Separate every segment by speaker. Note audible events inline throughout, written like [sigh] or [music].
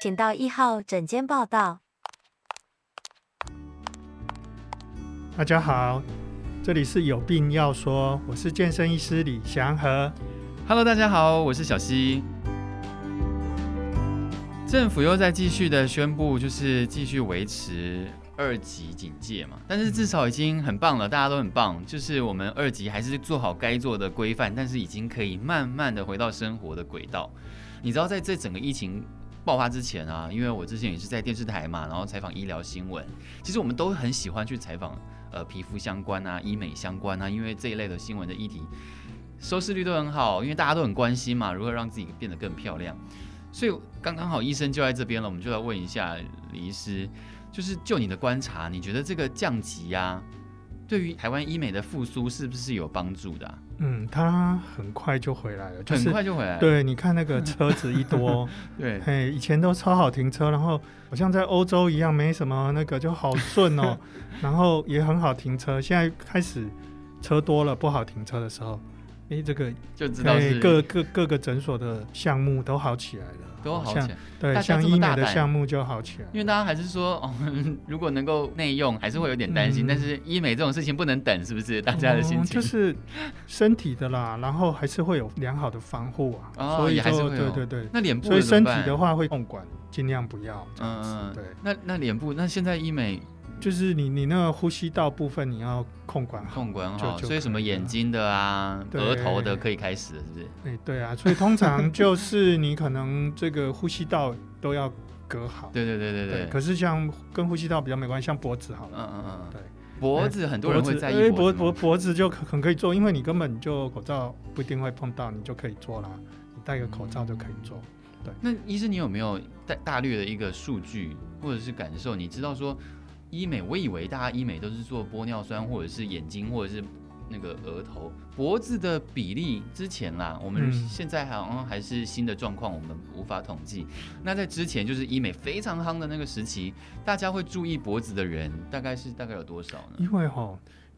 Speaker 1: 请到一号诊间报到。
Speaker 2: 大家好，这里是有病要说，我是健身医师李祥和。
Speaker 3: Hello，大家好，我是小溪。政府又在继续的宣布，就是继续维持二级警戒嘛，但是至少已经很棒了，大家都很棒。就是我们二级还是做好该做的规范，但是已经可以慢慢的回到生活的轨道。你知道，在这整个疫情爆发之前啊，因为我之前也是在电视台嘛，然后采访医疗新闻，其实我们都很喜欢去采访呃皮肤相关啊、医美相关啊，因为这一类的新闻的议题收视率都很好，因为大家都很关心嘛，如何让自己变得更漂亮。所以刚刚好医生就在这边了，我们就来问一下李医师，就是就你的观察，你觉得这个降级啊，对于台湾医美的复苏是不是有帮助的啊、
Speaker 2: 嗯，他很快就回来了，就
Speaker 3: 很
Speaker 2: 是
Speaker 3: 快就回来了，
Speaker 2: 对，你看那个车子一
Speaker 3: [laughs]
Speaker 2: 多，
Speaker 3: 对
Speaker 2: 嘿，以前都超好停车，然后好像在欧洲一样，没什么那个就好顺
Speaker 3: [laughs]
Speaker 2: 哦，然后也很好停车。现在开始车多了，不好停车的时候，诶，这个
Speaker 3: 就知道
Speaker 2: 哎
Speaker 3: 是
Speaker 2: 各各各个诊所的项目都好起来了，
Speaker 3: 都好起
Speaker 2: 像
Speaker 3: 来，
Speaker 2: 对，
Speaker 3: 大家
Speaker 2: 像
Speaker 3: 这
Speaker 2: 医
Speaker 3: 么大
Speaker 2: 美的
Speaker 3: 胆
Speaker 2: 项目就好起来了。
Speaker 3: 因为大家还是说哦， [laughs] 如果能够内用，还是会有点担心，
Speaker 2: 嗯
Speaker 3: 但是医美这种事情不能等，是不是？大家的心
Speaker 2: 哦就
Speaker 3: 情、
Speaker 2: 是身体的啦，然后还是会有良好的防护啊，
Speaker 3: 哦
Speaker 2: 所以
Speaker 3: 也还是
Speaker 2: 就
Speaker 3: 会有
Speaker 2: 对对对，
Speaker 3: 那脸部
Speaker 2: 所以身体
Speaker 3: 的
Speaker 2: 的话会控管，尽量不要这样子。
Speaker 3: 嗯，
Speaker 2: 对，
Speaker 3: 那那脸部，那现在医美
Speaker 2: 就是你你那个呼吸道部分你要控管好。
Speaker 3: 控管好，
Speaker 2: 就就
Speaker 3: 所以什么
Speaker 2: 可以了
Speaker 3: 眼睛的啊、
Speaker 2: 对
Speaker 3: 额头的可以开始了，是不是？
Speaker 2: 哎、对啊，所以通常就是你可能这个呼吸道都要隔好。
Speaker 3: 对对对 [laughs] 对对。
Speaker 2: 可是像跟呼吸道比较没关系，像脖子好
Speaker 3: 嗯
Speaker 2: 了。
Speaker 3: 嗯嗯
Speaker 2: 对
Speaker 3: 嗯，脖子很多人
Speaker 2: 脖
Speaker 3: 会
Speaker 2: 子
Speaker 3: 在
Speaker 2: 哎
Speaker 3: 意
Speaker 2: 脖
Speaker 3: 脖
Speaker 2: 脖
Speaker 3: 子
Speaker 2: 脖子就很可以做，因为你根本就口罩不一定会碰到，你就可以做啦。你戴个口罩就可以做。
Speaker 3: 那医生，你有没有大大略的一个数据或者是感受？你知道说医美，我以为大家医美都是做玻尿酸或者是眼睛或者是那个额头、脖子的比例。之前啦，我们
Speaker 2: 嗯
Speaker 3: 现在好像还是新的状况，我们无法统计。那在之前就是医美非常夯的那个时期，大家会注意脖子的人大概是大概有多少呢？
Speaker 2: 因为哈、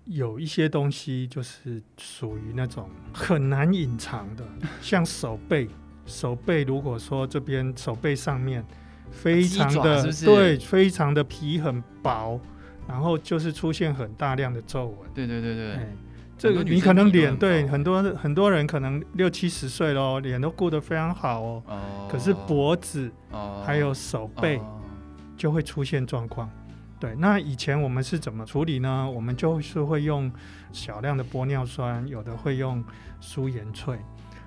Speaker 2: 有一些东西就是属于那种很难隐藏
Speaker 3: [laughs]
Speaker 2: 的，像手背，手背如果说这边手背上面非常
Speaker 3: 鸡爪
Speaker 2: 的
Speaker 3: 是不是
Speaker 2: 对，非常的皮很薄，然后就是出现很大量的皱纹。
Speaker 3: 对对对对，
Speaker 2: 哎这个
Speaker 3: 很多女
Speaker 2: 你
Speaker 3: 生
Speaker 2: 可能
Speaker 3: 皮都
Speaker 2: 脸
Speaker 3: 很
Speaker 2: 对
Speaker 3: 薄
Speaker 2: 很多很多人可能六七十岁咯，脸都顾得非常好哦，
Speaker 3: 哦
Speaker 2: 可是脖子
Speaker 3: 哦
Speaker 2: 还有手背
Speaker 3: 哦
Speaker 2: 就会出现状况。对，那以前我们是怎么处理呢？我们就是会用少量的玻尿酸，有的会用舒颜萃。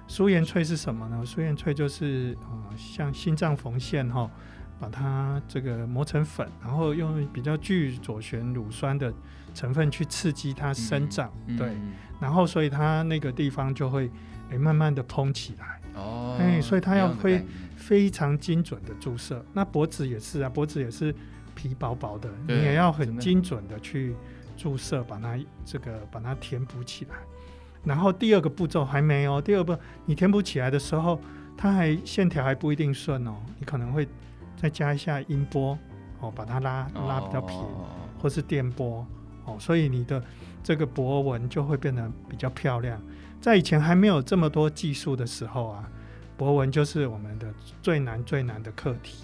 Speaker 2: 舒颜萃是什么呢？舒颜萃就是呃，像心脏缝线哈、把它这个磨成粉，然后用比较具左旋乳酸的成分去刺激它生长，
Speaker 3: 嗯
Speaker 2: 对，
Speaker 3: 嗯
Speaker 2: 然后所以它那个地方就会诶慢慢的膨起来。
Speaker 3: 哦，
Speaker 2: 哎所以它要
Speaker 3: 一样的
Speaker 2: 会
Speaker 3: 概念
Speaker 2: 非常精准的注射。那脖子也是啊，脖子也是皮薄薄的，你
Speaker 3: 对
Speaker 2: 也要
Speaker 3: 真
Speaker 2: 很
Speaker 3: 的
Speaker 2: 精准的去注射，把它这个把它填补起来。然后第二个步骤还没哦，第二步你填补起来的时候，它还线条还不一定顺哦，你可能会再加一下音波哦，把它拉拉比较平，
Speaker 3: 哦
Speaker 2: 或是电波哦，所以你的这个博纹就会变得比较漂亮。在以前还没有这么多技术的时候啊，博纹就是我们的最难最难的课题，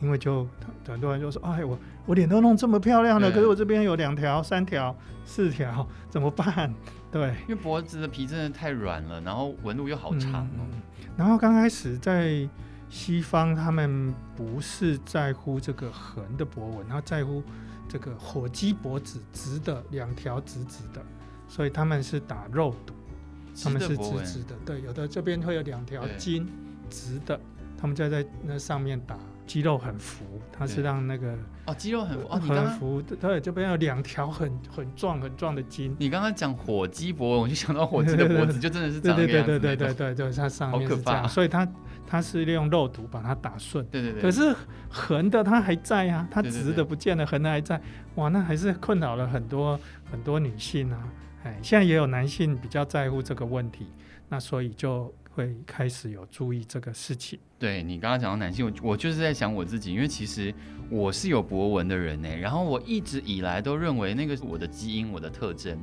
Speaker 2: 因为就很多人就说：“哎，我我脸都弄这么漂亮了，
Speaker 3: 对
Speaker 2: 可是我这边有两条、三条、四条，怎么办？”对，
Speaker 3: 因为脖子的皮真的太软了，然后纹路又好长哦。
Speaker 2: 嗯然后刚开始在西方，他们不是在乎这个横的博纹，他在乎这个火鸡脖子直的两条直直的，所以他们是打肉毒，嗯他
Speaker 3: 直
Speaker 2: 们
Speaker 3: 的
Speaker 2: 是
Speaker 3: 脖
Speaker 2: 直
Speaker 3: 纹
Speaker 2: 直的，对，有的这边会有两条
Speaker 3: 对
Speaker 2: 筋直的，他们就在那上面打肌肉很浮，它是
Speaker 3: 对
Speaker 2: 让那个
Speaker 3: 哦，肌肉很哦，你刚
Speaker 2: 很
Speaker 3: 刚
Speaker 2: 浮，对，这边有两条很很壮很壮的筋，
Speaker 3: 你刚刚讲火鸡脖纹，我就想到火鸡的脖子就真的
Speaker 2: [laughs]
Speaker 3: 是
Speaker 2: 对
Speaker 3: 长那
Speaker 2: 对
Speaker 3: 个样子
Speaker 2: 对对对
Speaker 3: 那
Speaker 2: 对
Speaker 3: 种
Speaker 2: 对对，它上
Speaker 3: 好
Speaker 2: 面
Speaker 3: 可
Speaker 2: 是这
Speaker 3: 怕
Speaker 2: 样，所以它它是利用肉毒把它打顺。
Speaker 3: 对对对。
Speaker 2: 可是横的它还在啊，它
Speaker 3: 对对
Speaker 2: 直的
Speaker 3: 对
Speaker 2: 不见了，横的还在，哇，那还是困扰了很多很多女性啊。哎，现在也有男性比较在乎这个问题，那所以就会开始有注意这个事情。
Speaker 3: 对你刚刚讲到男性，我我就是在想我自己，因为其实我是有博纹的人呢，然后我一直以来都认为那个是我的基因，我的特征。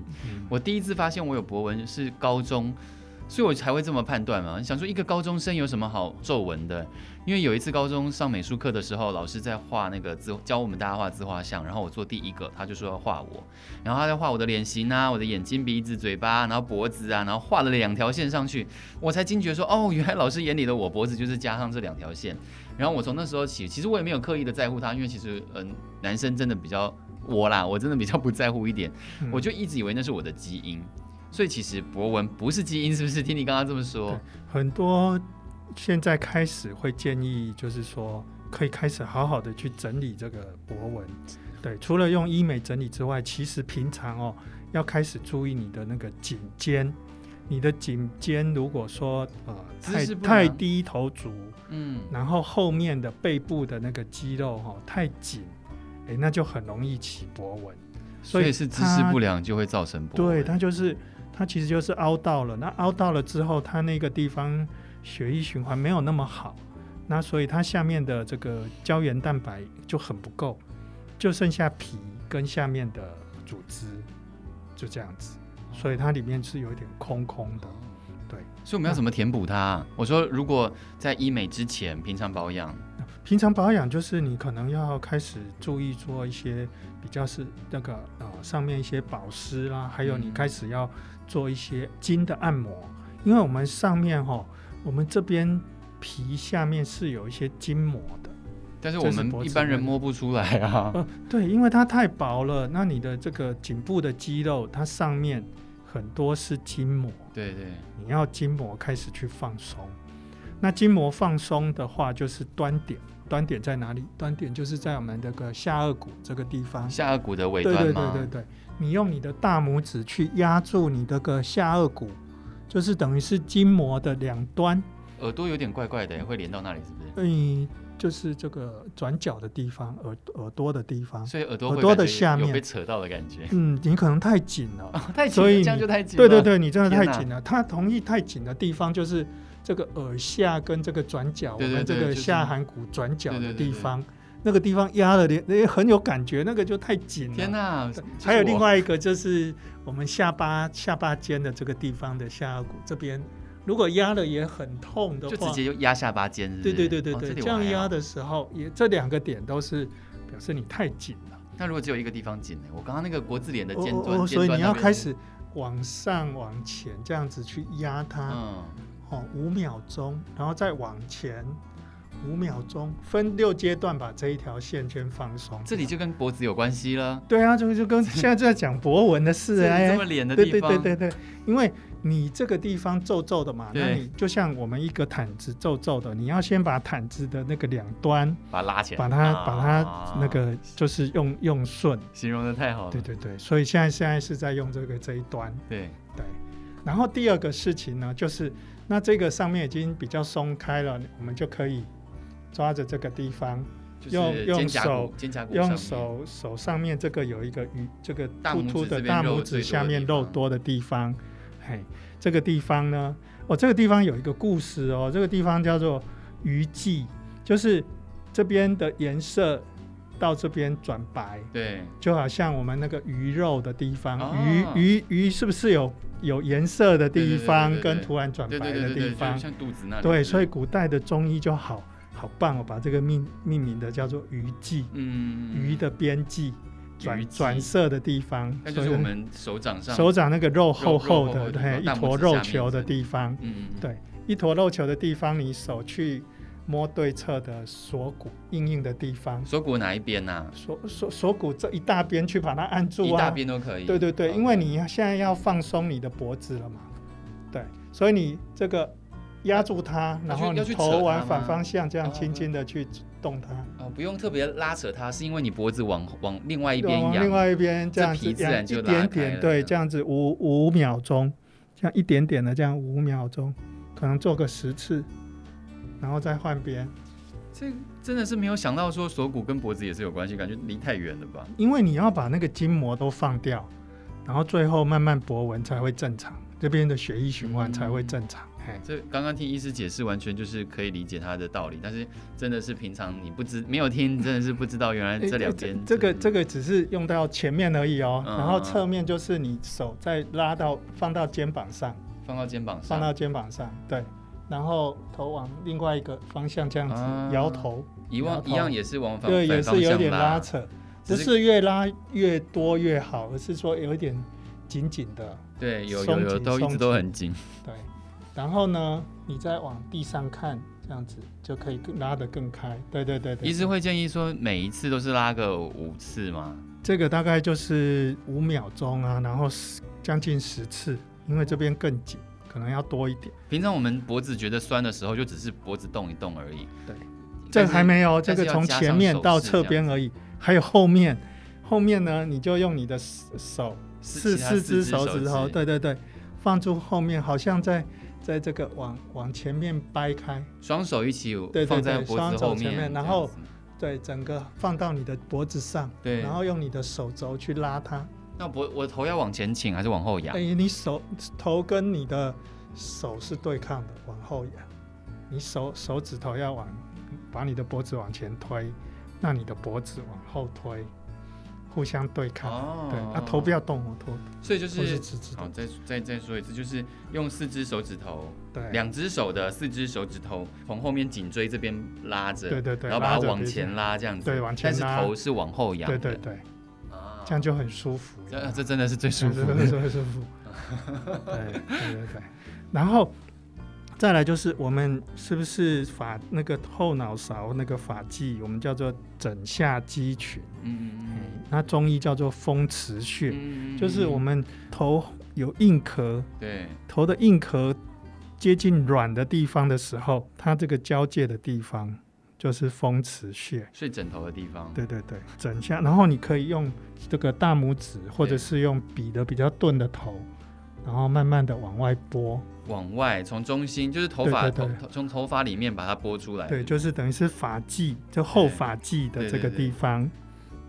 Speaker 3: 我第一次发现我有博纹是高中，所以我才会这么判断嘛。想说一个高中生有什么好皱纹的？因为有一次高中上美术课的时候，老师在画那个自教我们大家画自画像，然后我做第一个，他就说要画我，然后他在画我的脸型啊、我的眼睛、鼻子、嘴巴，然后脖子啊，然后画了两条线上去，我才惊觉说，哦，原来老师眼里的我脖子就是加上这两条线。然后我从那时候起，其实我也没有刻意的在乎他，因为其实嗯、男生真的比较我啦，我真的比较不在乎一点，
Speaker 2: 嗯
Speaker 3: 我就一直以为那是我的基因。所以其实博文不是基因，是不是？听你刚刚这么说
Speaker 2: 对，很多现在开始会建议，就是说可以开始好好的去整理这个博文。对，除了用医美整理之外，其实平常哦要开始注意你的那个颈肩，你的颈肩如果说呃
Speaker 3: 姿
Speaker 2: 太
Speaker 3: 势不
Speaker 2: 太
Speaker 3: 良
Speaker 2: 低头族，
Speaker 3: 嗯，
Speaker 2: 然后后面的背部的那个肌肉哈、哦、太紧，诶，那就很容易起博纹。
Speaker 3: 所以是姿势
Speaker 2: 它
Speaker 3: 不良就会造成博
Speaker 2: 对，
Speaker 3: 纹。
Speaker 2: 它就是它其实就是凹到了，那凹到了之后，它那个地方血液循环没有那么好，那所以它下面的这个胶原蛋白就很不够，就剩下皮跟下面的组织，就这样子，所以它里面是有一点空空的。对，
Speaker 3: 所以我们要怎么填补它、我说，如果在医美之前平常保养，
Speaker 2: 平常保养就是你可能要开始注意做一些比较是那个呃上面一些保湿啦，还有你
Speaker 3: 嗯
Speaker 2: 开始要做一些筋的按摩，因为我们上面哈，我们这边皮下面是有一些筋膜的，
Speaker 3: 但是我
Speaker 2: 这是
Speaker 3: 们
Speaker 2: 脖子
Speaker 3: 一般人
Speaker 2: 问题
Speaker 3: 摸不出来啊。
Speaker 2: 呃，对，因为它太薄了，那你的这个颈部的肌肉它上面很多是筋膜，
Speaker 3: 对对，
Speaker 2: 你要筋膜开始去放松。那筋膜放松的话，就是端点，端点在哪里？端点就是在我们这个下颚骨这个地方。
Speaker 3: 下颚骨的尾
Speaker 2: 对对
Speaker 3: 端
Speaker 2: 对
Speaker 3: 吗？
Speaker 2: 对对，你用你的大拇指去压住你这个下颚骨，就是等于是筋膜的两端，
Speaker 3: 耳朵有点怪怪的，会连到那里是不是？
Speaker 2: 嗯，就是这个转角的地方，耳耳朵的地方。
Speaker 3: 所以耳朵会
Speaker 2: 啊耳朵的
Speaker 3: 感觉
Speaker 2: 下面
Speaker 3: 有被扯到的感觉，
Speaker 2: 嗯，你可能太紧了，
Speaker 3: 哦太紧
Speaker 2: 所
Speaker 3: 了，
Speaker 2: 以
Speaker 3: 这
Speaker 2: 你
Speaker 3: 样就太紧了。
Speaker 2: 对对，对，你真的太
Speaker 3: 天哪
Speaker 2: 紧了。它同意太紧的地方就是这个耳下跟这个转角，
Speaker 3: 对对
Speaker 2: 我
Speaker 3: 对
Speaker 2: 们这
Speaker 3: 就
Speaker 2: 个
Speaker 3: 是
Speaker 2: 下颌骨转角
Speaker 3: 对
Speaker 2: 的
Speaker 3: 对对
Speaker 2: 地方，那个地方压了连也很有感觉，那个就太紧了。
Speaker 3: 天哪！
Speaker 2: 对
Speaker 3: 就是
Speaker 2: 还有
Speaker 3: 我
Speaker 2: 另外一个就是我们下巴下巴尖的这个地方的下颌骨这边，如果压了也很痛的
Speaker 3: 就直
Speaker 2: 话，
Speaker 3: 接就压下巴尖是不
Speaker 2: 对
Speaker 3: 是，
Speaker 2: 对对对
Speaker 3: 哦
Speaker 2: 对，
Speaker 3: 这里我
Speaker 2: 这样
Speaker 3: 还好
Speaker 2: 压的时候也这两个点都是表示你太紧了。
Speaker 3: 那如果只有一个地方紧呢？我刚刚那个国字脸的尖
Speaker 2: 哦
Speaker 3: 端，
Speaker 2: 哦哦，
Speaker 3: 尖
Speaker 2: 所以
Speaker 3: 端
Speaker 2: 你
Speaker 3: 那
Speaker 2: 要
Speaker 3: 边
Speaker 2: 开，始往上往前这样子去压它。
Speaker 3: 嗯，
Speaker 2: 哦，五秒钟，然后再往前五秒钟，分六阶段把这一条线先放松。
Speaker 3: 这里就跟脖子有关系了。
Speaker 2: 对啊，就就跟现在就在讲博文的事
Speaker 3: [laughs] 这
Speaker 2: 啊，
Speaker 3: 里这
Speaker 2: 哎
Speaker 3: 么脸的
Speaker 2: 对
Speaker 3: 地
Speaker 2: 对
Speaker 3: 方，
Speaker 2: 对对对，因为你这个地方皱皱的嘛，那
Speaker 3: 对
Speaker 2: 你就像我们一个毯子皱皱的，你要先把毯子的那个两端，
Speaker 3: 把它拉起来，
Speaker 2: 把它
Speaker 3: 啊
Speaker 2: 把它那个就是用用顺，
Speaker 3: 形容的太好了。
Speaker 2: 对对对，所以现在现在是在用这个这一端，
Speaker 3: 对
Speaker 2: 对，然后第二个事情呢，就是那这个上面已经比较松开了，我们就可以抓着这个地方，
Speaker 3: 就是
Speaker 2: 用
Speaker 3: 肩胛骨
Speaker 2: 用
Speaker 3: 肩胛骨上
Speaker 2: 用
Speaker 3: 面
Speaker 2: 手手上面这个有一个鱼，这个
Speaker 3: 大
Speaker 2: 突
Speaker 3: 拇
Speaker 2: 出
Speaker 3: 指
Speaker 2: 的
Speaker 3: 这边
Speaker 2: 大
Speaker 3: 肉
Speaker 2: 拇
Speaker 3: 最
Speaker 2: 指
Speaker 3: 多
Speaker 2: 下
Speaker 3: 的
Speaker 2: 面
Speaker 3: 地
Speaker 2: 肉
Speaker 3: 方
Speaker 2: 多的地方，嘿，这个地方呢，哦，这个地方有一个故事哦，这个地方叫做鱼际，就是这边的颜色到这边转白，
Speaker 3: 对
Speaker 2: 就好像我们那个鱼肉的地方，
Speaker 3: 哦
Speaker 2: 鱼鱼鱼是不是有有颜色的
Speaker 3: 对
Speaker 2: 地
Speaker 3: 对对
Speaker 2: 方
Speaker 3: 对对
Speaker 2: 跟
Speaker 3: 对
Speaker 2: 突然转
Speaker 3: 对
Speaker 2: 白
Speaker 3: 对
Speaker 2: 的
Speaker 3: 对
Speaker 2: 地
Speaker 3: 对，
Speaker 2: 方
Speaker 3: 就？像肚子那里。
Speaker 2: 对，
Speaker 3: 是
Speaker 2: 所以古代的中医就好好棒哦，把这个命命名的叫做鱼际，
Speaker 3: 嗯
Speaker 2: 鱼，的边际
Speaker 3: 鱼
Speaker 2: 转
Speaker 3: 际
Speaker 2: 转色的地方，
Speaker 3: 那就是我们手掌上
Speaker 2: 手掌那个肉厚
Speaker 3: 肉
Speaker 2: 厚
Speaker 3: 厚厚
Speaker 2: 的，
Speaker 3: 的
Speaker 2: 对，
Speaker 3: 地
Speaker 2: 一
Speaker 3: 方大
Speaker 2: 坨
Speaker 3: 拇指下
Speaker 2: 肉
Speaker 3: 面
Speaker 2: 球的
Speaker 3: 是
Speaker 2: 地方，
Speaker 3: 嗯嗯
Speaker 2: 对一坨肉球的地方，你手去摸对侧的锁骨硬硬的地方
Speaker 3: 嗯，，锁骨哪一边呐？
Speaker 2: 锁锁锁骨这一大边去把它按住
Speaker 3: 一
Speaker 2: 啊，
Speaker 3: 大边都可以。哦啊
Speaker 2: 对对对，
Speaker 3: OK
Speaker 2: 因为你现在要放松你的脖子了嘛，对，所以你这个压住它，
Speaker 3: 要
Speaker 2: 然
Speaker 3: 去
Speaker 2: 后你
Speaker 3: 要去扯
Speaker 2: 头
Speaker 3: 它
Speaker 2: 往
Speaker 3: 吗
Speaker 2: 反方向这
Speaker 3: 哦
Speaker 2: 样轻轻的去动它，
Speaker 3: 哦，不用特别拉扯它，是因为你脖子往往另外一边
Speaker 2: 往
Speaker 3: 扬，
Speaker 2: 另外一边这
Speaker 3: 这
Speaker 2: 样
Speaker 3: 皮
Speaker 2: 子
Speaker 3: 自
Speaker 2: 这样
Speaker 3: 然就
Speaker 2: 一
Speaker 3: 拉开
Speaker 2: 点
Speaker 3: 了
Speaker 2: 点，对，
Speaker 3: 这
Speaker 2: 这样子五五秒钟，这样一点点的这样五秒钟，可能做个十次，然后再换边，
Speaker 3: 这真的是没有想到说锁骨跟脖子也是有关系，感觉离太远了吧？
Speaker 2: 因为你要把那个筋膜都放掉，然后最后慢慢博纹才会正常，这边的血液循环才会正常，哎、
Speaker 3: 这刚刚听医师解释，完全就是可以理解他的道理，但是真的是平常你不知没有听，真的是不
Speaker 2: [laughs]
Speaker 3: 知道原来
Speaker 2: 诶
Speaker 3: 这两边、
Speaker 2: 哎这个这个只是用到前面而已哦，
Speaker 3: 嗯
Speaker 2: 然后侧面就是你手再拉到放到肩膀上，
Speaker 3: 嗯放到肩膀上，
Speaker 2: 放到肩膀上，对，然后头往另外一个方向这样子
Speaker 3: 啊
Speaker 2: 摇头，
Speaker 3: 一
Speaker 2: 摇
Speaker 3: 样
Speaker 2: 头
Speaker 3: 一样也是往反
Speaker 2: 对，也
Speaker 3: 反方
Speaker 2: 是有点
Speaker 3: 向
Speaker 2: 拉
Speaker 3: 拉，
Speaker 2: 扯，
Speaker 3: 只
Speaker 2: 不
Speaker 3: 是
Speaker 2: 是越拉越多越好，而是说有一点紧紧的，
Speaker 3: 对，有有
Speaker 2: 松
Speaker 3: 有
Speaker 2: 紧
Speaker 3: 都一
Speaker 2: 松
Speaker 3: 直都
Speaker 2: 紧
Speaker 3: 很紧，
Speaker 2: 对。然后呢，你再往地上看，这样子就可以更拉得更开。对对对对，
Speaker 3: 医师会建议说每一次都是拉个五次吗？
Speaker 2: 这个大概就是五秒钟啊，然后十将近十次，因为这边更紧，可能要多一点。
Speaker 3: 平常我们脖子觉得酸的时候，就只是脖子动一动而已。
Speaker 2: 对
Speaker 3: 但是，
Speaker 2: 这个还没有，这
Speaker 3: 但是
Speaker 2: 个
Speaker 3: 要
Speaker 2: 从
Speaker 3: 加
Speaker 2: 前
Speaker 3: 上
Speaker 2: 面
Speaker 3: 手
Speaker 2: 到
Speaker 3: 势
Speaker 2: 侧
Speaker 3: 这样
Speaker 2: 边而已，还有后面。后面呢，你就用你的手
Speaker 3: 是
Speaker 2: 四
Speaker 3: 其他
Speaker 2: 四
Speaker 3: 四
Speaker 2: 只
Speaker 3: 只
Speaker 2: 手
Speaker 3: 手
Speaker 2: 指头，
Speaker 3: 指
Speaker 2: 对对对，放住后面，好像在在这个往往前面掰开，
Speaker 3: 双手一起
Speaker 2: 对对
Speaker 3: 放在
Speaker 2: 对
Speaker 3: 脖子
Speaker 2: 双手
Speaker 3: 后
Speaker 2: 前面
Speaker 3: 面，
Speaker 2: 然后对，整个放到你的脖子上，
Speaker 3: 对
Speaker 2: 然后用你的手肘去拉它，
Speaker 3: 那脖我头要往前倾还是往后仰
Speaker 2: 哎、？你手头跟你的手是对抗的，往后仰，你手手指头要往，把你的脖子往前推，那你的脖子往后推，互相对抗。
Speaker 3: 哦
Speaker 2: 对，啊，头不要动哦，头
Speaker 3: 所以就
Speaker 2: 或是
Speaker 3: 是
Speaker 2: 直直
Speaker 3: 好，
Speaker 2: 的。
Speaker 3: 再再再说一次，就是用四只手指头，
Speaker 2: 对，
Speaker 3: 两只手的四只手指头从后面颈椎这边拉着，
Speaker 2: 对对对
Speaker 3: 然后把
Speaker 2: 拉
Speaker 3: 它
Speaker 2: 着
Speaker 3: 往
Speaker 2: 鼻子
Speaker 3: 前拉这样子，
Speaker 2: 对往前
Speaker 3: 但
Speaker 2: 拉
Speaker 3: 是头是往后仰
Speaker 2: 对
Speaker 3: 的，
Speaker 2: 对对，
Speaker 3: 啊
Speaker 2: 这样就很舒服。
Speaker 3: 这啊这真的是最舒服
Speaker 2: 对对
Speaker 3: 的。
Speaker 2: 对，舒服。对对对对，然后再来就是我们是不是发那个后脑勺那个发际，我们叫做枕下肌群，
Speaker 3: 嗯
Speaker 2: 那中医叫做风池
Speaker 3: 嗯
Speaker 2: 穴，
Speaker 3: 嗯
Speaker 2: 就是我们头有硬壳，
Speaker 3: 对
Speaker 2: 头的硬壳接近软的地方的时候，它这个交界的地方就是风池穴。
Speaker 3: 睡枕头的地方，
Speaker 2: 对对对，枕下，然后你可以用这个大拇指，或者是用笔的比较钝的头，然后慢慢的往外拨，
Speaker 3: 往外从中心就是头发
Speaker 2: 对对
Speaker 3: 头
Speaker 2: 对
Speaker 3: 头从头发里面把它拨出来，
Speaker 2: 对，就是等于是发际，就后发际的这个地方，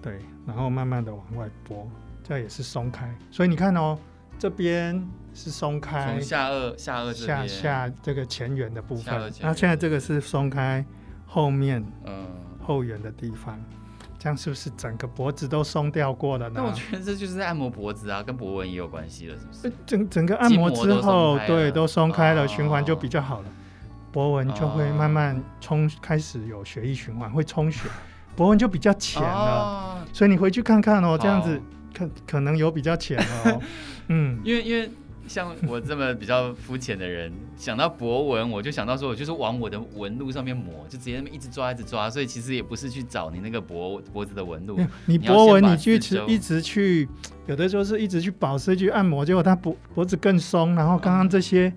Speaker 2: 对，然后慢慢的往外拨，这样也是松开。所以你看哦，这边是松开
Speaker 3: 从，下颚下颚这
Speaker 2: 下
Speaker 3: 边，
Speaker 2: 下这个前缘的部
Speaker 3: 下
Speaker 2: 分
Speaker 3: 颚前，缘
Speaker 2: 那现在这个是松开后面
Speaker 3: 嗯。
Speaker 2: 后缘的地方，这样是不是整个脖子都松掉过了呢？
Speaker 3: 那我觉得这就是在按摩脖子啊，跟脖纹也有关系了，是不是？
Speaker 2: 整整个按摩之
Speaker 3: 筋膜都松
Speaker 2: 后
Speaker 3: 开了，
Speaker 2: 对，都松开
Speaker 3: 哦
Speaker 2: 了，循环就比较好了，博文就会慢慢充，开始有血液循环，会充
Speaker 3: [laughs]
Speaker 2: 血，博文就比较浅了，
Speaker 3: 哦
Speaker 2: 所以你回去看看哦，这样子
Speaker 3: 好
Speaker 2: 可可能有比较浅了
Speaker 3: [laughs]
Speaker 2: 哦，嗯，
Speaker 3: 因为因为像我这么比较肤浅的人，想到博文，我就想到说，我就是往我的纹路上面抹，就直接那么一直抓一直抓，所以其实也不是去找你那个脖脖子的纹路
Speaker 2: 没有，你
Speaker 3: 你要
Speaker 2: 博
Speaker 3: 先
Speaker 2: 文
Speaker 3: 把
Speaker 2: 你去
Speaker 3: 四
Speaker 2: 吃
Speaker 3: 周
Speaker 2: 一直去，有的时候是一直去保湿去按摩，结果他脖脖子更松，然后刚刚这些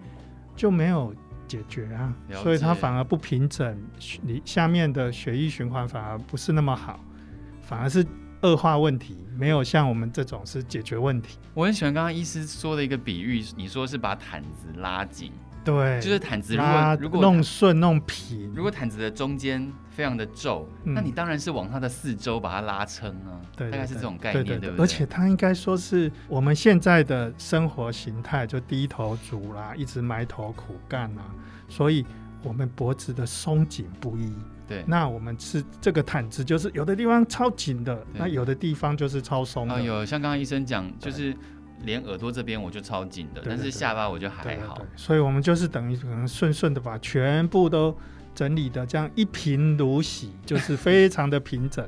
Speaker 2: 就没有解决啊
Speaker 3: 嗯了，解
Speaker 2: 所以它反而不平整，血你下面的血液循环反而不是那么好，反而是恶化问题，没有像我们这种是解决问题。
Speaker 3: 我很喜欢刚刚医师说的一个比喻，你说是把毯子拉紧，
Speaker 2: 对，
Speaker 3: 就是毯子如
Speaker 2: 拉
Speaker 3: 果如果
Speaker 2: 弄顺弄平，
Speaker 3: 如果毯子的中间非常的皱，
Speaker 2: 嗯
Speaker 3: 那你当然是往它的四周把它拉撑啊，
Speaker 2: 对对
Speaker 3: 大概是这种概
Speaker 2: 对
Speaker 3: 念，
Speaker 2: 对
Speaker 3: 不对？
Speaker 2: 而且它应该说是我们现在的生活形态，就低头族啦，一直埋头苦干啦，所以我们脖子的松紧不一。
Speaker 3: 对，
Speaker 2: 那我们是这个毯子，就是有的地方超紧的，
Speaker 3: 对
Speaker 2: 那有的地方就是超松的。
Speaker 3: 啊，有像刚刚医生讲，就
Speaker 2: 对
Speaker 3: 是连耳朵这边我就超紧的，
Speaker 2: 对对
Speaker 3: 但是
Speaker 2: 对
Speaker 3: 下巴我就
Speaker 2: 对
Speaker 3: 还
Speaker 2: 对
Speaker 3: 好
Speaker 2: 对，，所以我们就是等于可能顺顺的把全部都整理的这样一平如洗，就是非常的平
Speaker 3: [laughs]
Speaker 2: 整。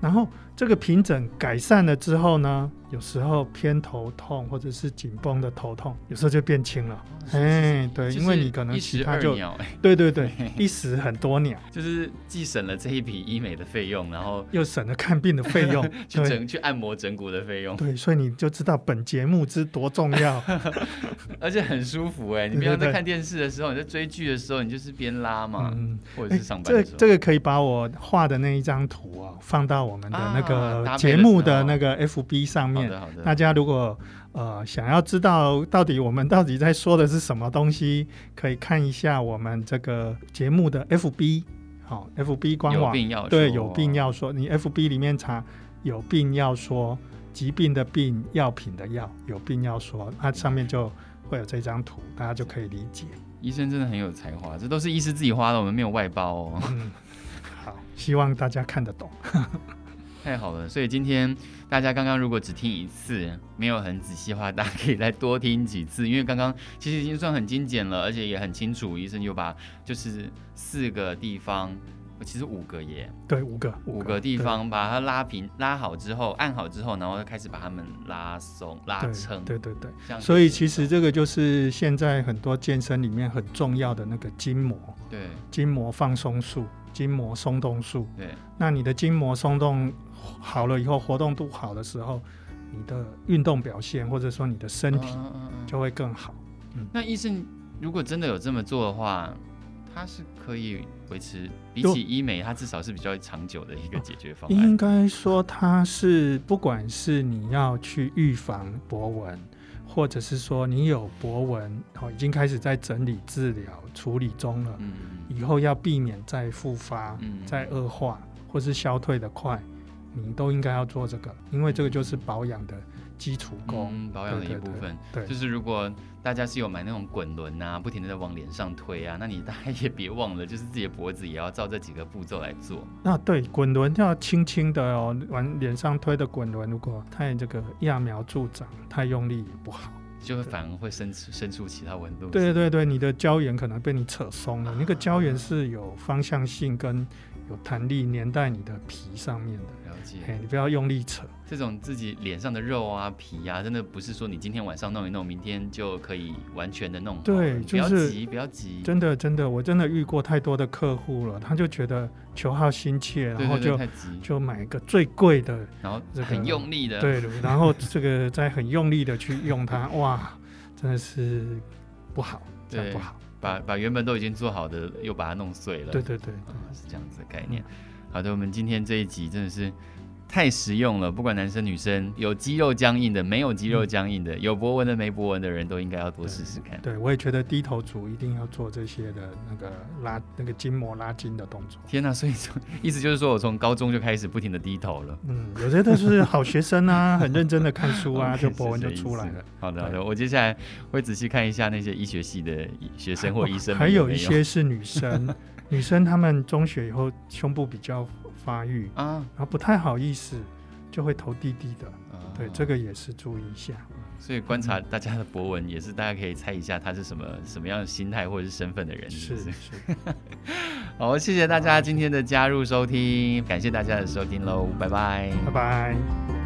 Speaker 2: 然后这个平整改善了之后呢，有时候偏头痛或者是紧绷的头痛，有时候就变轻了。哎，对，
Speaker 3: 哦就是
Speaker 2: 因为你可能
Speaker 3: 一
Speaker 2: 其
Speaker 3: 石
Speaker 2: 他
Speaker 3: 二
Speaker 2: 就
Speaker 3: 鸟，哎
Speaker 2: 对对
Speaker 3: [laughs]
Speaker 2: 对，一时很多鸟，
Speaker 3: 就是既省了这一笔医美的费用，然后，
Speaker 2: 又省了看病的费用
Speaker 3: [laughs] 去
Speaker 2: 对
Speaker 3: 整去按摩整骨的费用，
Speaker 2: 对，所以你就知道本节目之多重
Speaker 3: [laughs]
Speaker 2: 要。
Speaker 3: 而且很舒服哎、你
Speaker 2: 对
Speaker 3: 平常
Speaker 2: 对对
Speaker 3: 在看电视的时候，你在追剧的时候，你就是边拉嘛，
Speaker 2: 嗯，
Speaker 3: 或者
Speaker 2: 哎
Speaker 3: 是上班
Speaker 2: 这
Speaker 3: 的时候，
Speaker 2: 这个可以把我画的那一张图啊、放到我们的那
Speaker 3: 啊搭配
Speaker 2: 个
Speaker 3: 的
Speaker 2: 节目
Speaker 3: 时候
Speaker 2: 的那个 FB 上
Speaker 3: 好
Speaker 2: 面。
Speaker 3: 的好的，
Speaker 2: 大家如果呃想要知道到底我们到底在说的是什么东西，可以看一下我们这个节目的 FB，好、FB 官
Speaker 3: 有
Speaker 2: 网。
Speaker 3: 病要
Speaker 2: 对，
Speaker 3: 说啊
Speaker 2: 有病要说，你 FB 里面查有病要说，疾病的病，药品的药，有病要说，它上面就会有这张图，大家就可以理解。
Speaker 3: 医生真的很有才华，这都是医师自己花的，我们没有外包哦。
Speaker 2: 嗯，好，希望大家看得懂。
Speaker 3: [laughs] 太好了，所以今天大家刚刚如果只听一次，没有很仔细的话，大家可以再多听几次，因为刚刚其实已经算很精简了，而且也很清楚，医生就把就是四个地方，其实五个耶，
Speaker 2: 对，五个
Speaker 3: 五个地
Speaker 2: 对
Speaker 3: 方把它拉平、拉好之后，按好之后，然后开始把它们拉松、拉
Speaker 2: 对
Speaker 3: 撑，
Speaker 2: 对对对。
Speaker 3: 这样可以
Speaker 2: 所以其实这个就是现在很多健身里面很重要的那个筋膜，
Speaker 3: 对
Speaker 2: 筋膜放松术、筋膜松动术。
Speaker 3: 对
Speaker 2: 那你的筋膜松动好了以后，活动度好的时候，你的运动表现或者说你的身体
Speaker 3: 嗯嗯嗯嗯
Speaker 2: 就会更好。
Speaker 3: 那医生如果真的有这么做的话，它是可以维持，比
Speaker 2: 就嗯
Speaker 3: 起医美，它至少是比较长久的一个解决方案。嗯
Speaker 2: 应该说它是不管是你要去预防博文，或者是说你有博文哦已经开始在整理、治疗、处理中了，
Speaker 3: 嗯嗯
Speaker 2: 以后要避免再复发、
Speaker 3: 嗯
Speaker 2: 再恶化或是消退的快，你都应该要做这个，因为这个就是保养的基础功。
Speaker 3: 嗯保养的
Speaker 2: 对对
Speaker 3: 一部分。
Speaker 2: 对
Speaker 3: 就，是如果大家是有买那种滚轮啊，不停的在往脸上推啊，那你大家也别忘了，就是自己的脖子也要照这几个步骤来做。
Speaker 2: 那对滚轮要轻轻的哦，往脸上推的滚轮，如果太这个揠苗助长、太用力也不好。
Speaker 3: 就会反而会生出生出其他纹路。
Speaker 2: 对对对，你的胶原可能被你扯松了，那个
Speaker 3: 啊
Speaker 2: 胶原是有方向性跟有弹力，粘在你的皮上面的。
Speaker 3: 了解
Speaker 2: 嘿，你不要用力扯。
Speaker 3: 这种自己脸上的肉啊、皮啊，真的不是说你今天晚上弄一弄，明天就可以完全的弄好了。
Speaker 2: 对
Speaker 3: 你
Speaker 2: 就
Speaker 3: 不要
Speaker 2: 是
Speaker 3: 急，不要急，
Speaker 2: 真的真的，我真的遇过太多的客户了，他就觉得求好心切，
Speaker 3: 对
Speaker 2: 然后
Speaker 3: 对
Speaker 2: 就
Speaker 3: 对，太急，
Speaker 2: 就买一个最贵的
Speaker 3: 然后
Speaker 2: 这个
Speaker 3: 很用力的，
Speaker 2: 对，然后这个再很用力的去用它，哇，真的是不好，这样
Speaker 3: 对
Speaker 2: 不好。
Speaker 3: 把把原本都已经做好的又把它弄碎了。
Speaker 2: 对对对，
Speaker 3: 啊，是这样子的概念。好的，我们今天这一集真的是太实用了，不管男生女生，有肌肉僵硬的，没有肌肉僵硬的，有博文的，没博文的人都应该要多试试看。
Speaker 2: 嗯对我也觉得低头族一定要做这些的那个拉那个筋膜拉筋的动作。
Speaker 3: 天呐、所以说意思就是说我从高中就开始不停的低
Speaker 2: [laughs]
Speaker 3: 头了。
Speaker 2: 嗯，有些都是好学生啊，很认真的看书
Speaker 3: [laughs]
Speaker 2: 啊，
Speaker 3: OK，
Speaker 2: 就博文
Speaker 3: 是
Speaker 2: 就
Speaker 3: 这
Speaker 2: 出来
Speaker 3: 意思
Speaker 2: 了。。
Speaker 3: 好的，好的，我接下来会仔细看一下那些医学系的学生或医生
Speaker 2: 哦还
Speaker 3: 们有
Speaker 2: 有
Speaker 3: 没
Speaker 2: 一些是女生，女生她们中学以后胸部比较发育，
Speaker 3: 啊，
Speaker 2: 然后不太好意思，就会头低低的。
Speaker 3: 啊
Speaker 2: 对，这个也是注意一下。
Speaker 3: 所以观察大家的博文，也是大家可以猜一下他是什么什么样的心态或者是身份的人，
Speaker 2: 是
Speaker 3: 不
Speaker 2: 是，
Speaker 3: 好，谢谢大家今天的加入收听，感谢大家的收听喽，拜拜。
Speaker 2: 拜拜。